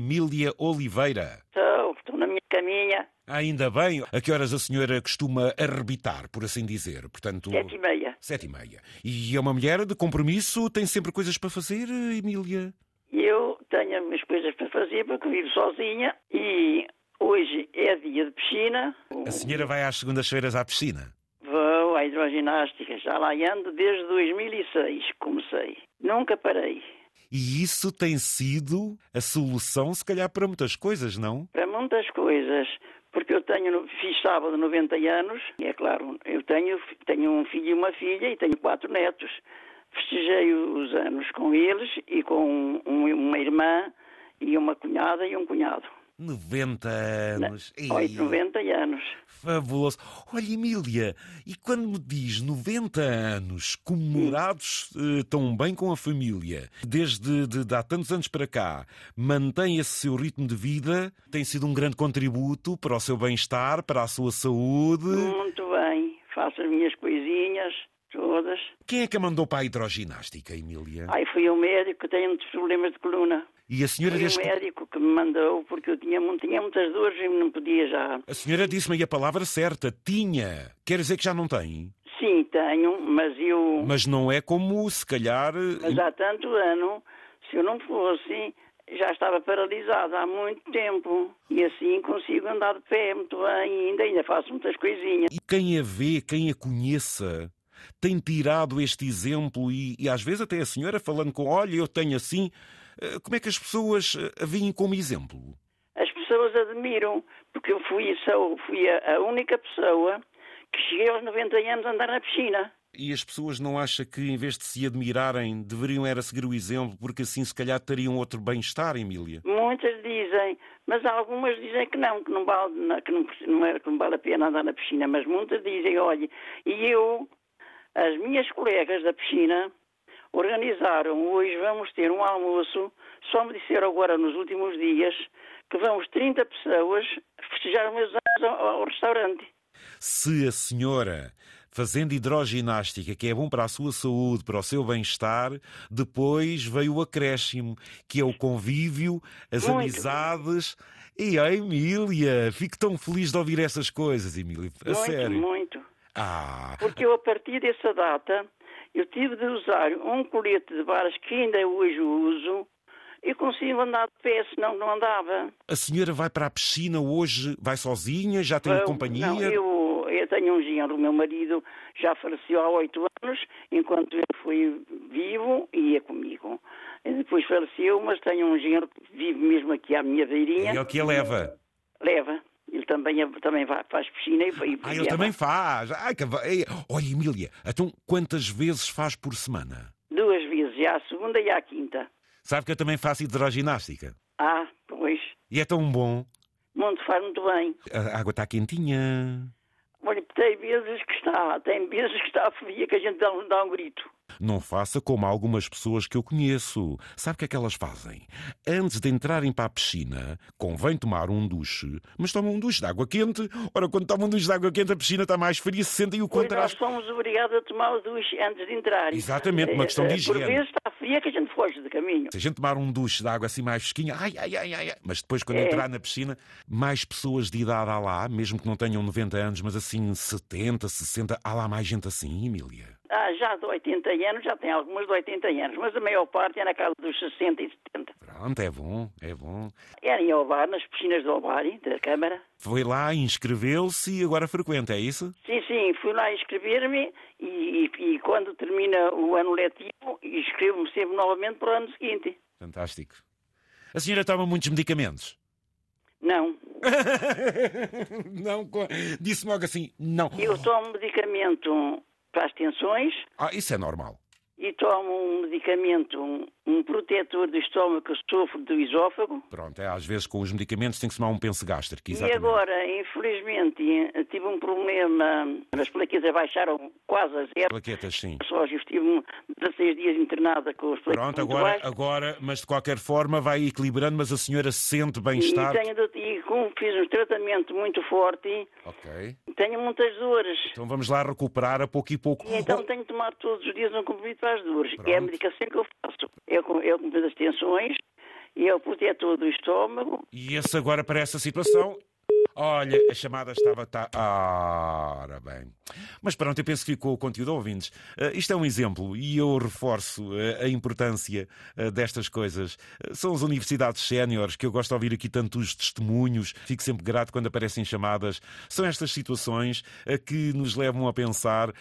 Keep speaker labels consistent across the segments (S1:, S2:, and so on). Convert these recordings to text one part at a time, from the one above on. S1: Emília Oliveira.
S2: Estou, Então, estou na minha caminha,
S1: Ainda bem, a que horas a senhora costuma arrebitar, por assim dizer? Portanto,
S2: sete e é meia.
S1: sete e meia. E é uma mulher de compromisso, tem sempre coisas para fazer, Emília?
S2: E eu tenho as minhas coisas para fazer porque vivo sozinha e hoje é dia de piscina.
S1: A senhora vai às segundas-feiras à piscina.
S2: Vou à hidroginástica, já lá ando desde 2006, comecei. Nunca parei.
S1: E isso tem sido a solução, se calhar, para muitas coisas, não?
S2: Para muitas coisas, porque eu tenho, no- fiz sábado 90 anos, e é claro, eu tenho, tenho um filho e uma filha e tenho quatro netos. Festejei os anos com eles e com um- uma irmã e uma cunhada e um cunhado.
S1: 90 anos. Ei,
S2: 90 anos.
S1: Fabuloso. Olha, Emília, e quando me diz 90 anos comemorados eh, tão bem com a família, desde de, de há tantos anos para cá, mantém esse seu ritmo de vida, tem sido um grande contributo para o seu bem-estar, para a sua saúde.
S2: Muito bem, faço as minhas coisinhas todas.
S1: Quem é que a mandou para a hidroginástica, Emília?
S2: Aí fui ao médico, tenho muitos problemas de coluna.
S1: É. E a senhora,
S2: Foi o
S1: desde que-
S2: médico que me mandou, porque eu tinha, mu- tinha muitas dores e não podia já.
S1: a senhora disse-me aí a palavra certa, tinha. Quer dizer que já não tem?
S2: Sim, tenho, mas eu.
S1: Mas não é como, se calhar...
S2: Mas há tanto ano, se eu não fosse, já estava paralisada há muito tempo. E assim consigo andar de pé muito bem, e ainda, ainda faço muitas coisinhas.
S1: E quem a vê, quem a conheça, tem tirado este exemplo e, e às vezes até a senhora falando com, olha, eu tenho assim. eh, Como é que as pessoas eh, a veem como exemplo?
S2: As pessoas admiram, porque eu fui, sou, fui a, a única pessoa que cheguei aos 90 anos a andar na piscina.
S1: E as pessoas não acham que, em vez de se admirarem, deveriam era seguir o exemplo, porque assim se calhar teriam outro bem-estar, Emília?
S2: Muitas dizem, mas algumas dizem que não, que não vale, na- que não, não é- que não vale a pena andar na piscina, mas muitas dizem, olha, e eu, as minhas colegas da piscina, organizaram hoje, vamos ter um almoço, só me disseram agora nos últimos dias, que vamos 30 pessoas festejar os meus anos ao, ao restaurante.
S1: Se a senhora, fazendo hidroginástica, que é bom para a sua saúde, para o seu bem-estar, depois veio o acréscimo, que é o convívio, as
S2: Muito.
S1: amizades. E a Emília, fico tão feliz de ouvir essas coisas, Emília. A
S2: muito,
S1: sério.
S2: muito.
S1: Ah,
S2: Porque eu, a partir dessa data, eu tive de usar um colete de varas que ainda hoje uso e consigo andar de pé, senão não andava.
S1: a senhora vai para a piscina hoje, vai sozinha, já tem
S2: Eu-
S1: companhia?
S2: Não, eu, eu tenho um genro, o meu marido já faleceu há oito anos, enquanto ele foi vivo, ia comigo. E depois faleceu, mas tenho um genro que vive mesmo aqui à minha beirinha,
S1: É o que a leva.
S2: leva. Ele também, é, também vai, faz piscina e vai.
S1: Ah, ele também faz. Ai, que... va- Ei, Olha, Emília, então quantas vezes faz por semana?
S2: Duas vezes, já à segunda e à quinta.
S1: Sabe que eu também faço hidroginástica.
S2: Ah, pois.
S1: E é tão bom.
S2: Monte faz muito bem.
S1: A água está quentinha.
S2: Olha, tem vezes que está, tem vezes que está fria que a gente dá, um- dá um grito.
S1: Não faça como algumas pessoas que eu conheço. Sabe o que é que elas fazem? Antes de entrarem para a piscina, convém tomar um duche, mas tomam um duche de água quente. Ora, quando tomam um duche de água quente, a piscina está mais fria, se sentem o
S2: Pois nós
S1: contraste.
S2: somos obrigados a tomar o duche antes de entrar.
S1: Exatamente, uma
S2: Eh,
S1: questão de
S2: eh,
S1: higiene.
S2: Por vezes está fria que a gente foge de caminho.
S1: Se a gente tomar um duche de água assim mais fresquinha, ai, ai, ai, ai, ai. mas depois quando
S2: É.
S1: entrar na piscina, mais pessoas de idade há lá, mesmo que não tenham 90 anos, mas assim 70, 60, há lá mais gente assim, Emília.
S2: Ah, já de 80 anos, já tem algumas de 80 anos, mas a maior parte é na casa dos 60 e 70.
S1: Pronto, é bom, é bom.
S2: Era em Ovar, nas piscinas de Ovari, da Câmara.
S1: Foi lá, inscreveu-se e agora frequenta, é isso?
S2: Sim, sim, fui lá inscrever-me e, e- e quando termina o ano letivo, inscrevo-me sempre novamente para o ano seguinte.
S1: Fantástico. A senhora toma muitos medicamentos?
S2: Não,
S1: não, co- disse-me logo assim, não.
S2: eu tomo medicamento para as tensões,
S1: Ah, isso é normal.
S2: e tomo um medicamento, um, um protetor do estômago, que eu sofro do esófago.
S1: Pronto, é, às vezes com os medicamentos tem que se tomar um penso gástrico,
S2: E
S1: exatamente.
S2: agora, infelizmente, eh, tive um problema, as plaquetas baixaram quase a zero.
S1: Plaquetas, sim.
S2: Só eu estive 16 dias internada com as plaquetas
S1: Pronto,
S2: muito
S1: agora,
S2: baixas.
S1: agora, mas de qualquer forma vai equilibrando, mas a senhora se sente
S2: E,
S1: bem-estar.
S2: tenho, de- e como fiz um tratamento muito forte,
S1: Ok.
S2: tenho muitas dores.
S1: Então vamos lá recuperar a pouco e pouco.
S2: E então
S1: Oh,
S2: tenho de tomar todos os dias um comprimido para as dores.
S1: Pronto.
S2: É a medicação que eu faço. Eu, com- eu comprimido as tensões e é o protetor do estômago.
S1: E esse agora para essa situação. Olha, a chamada estava. Ta... Ora bem. Mas pronto, eu penso que ficou o conteúdo, ouvintes. Eh, isto é um exemplo e eu reforço eh, a importância eh, destas coisas. Eh, são as universidades séniores que eu gosto de ouvir aqui tantos testemunhos, fico sempre grato quando aparecem chamadas. São estas situações eh, que nos levam a pensar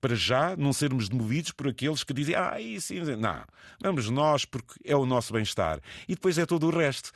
S1: para já não sermos demovidos por aqueles que dizem, ah, isso, isso." não, vamos nós porque é o nosso bem-estar. E depois é todo o resto.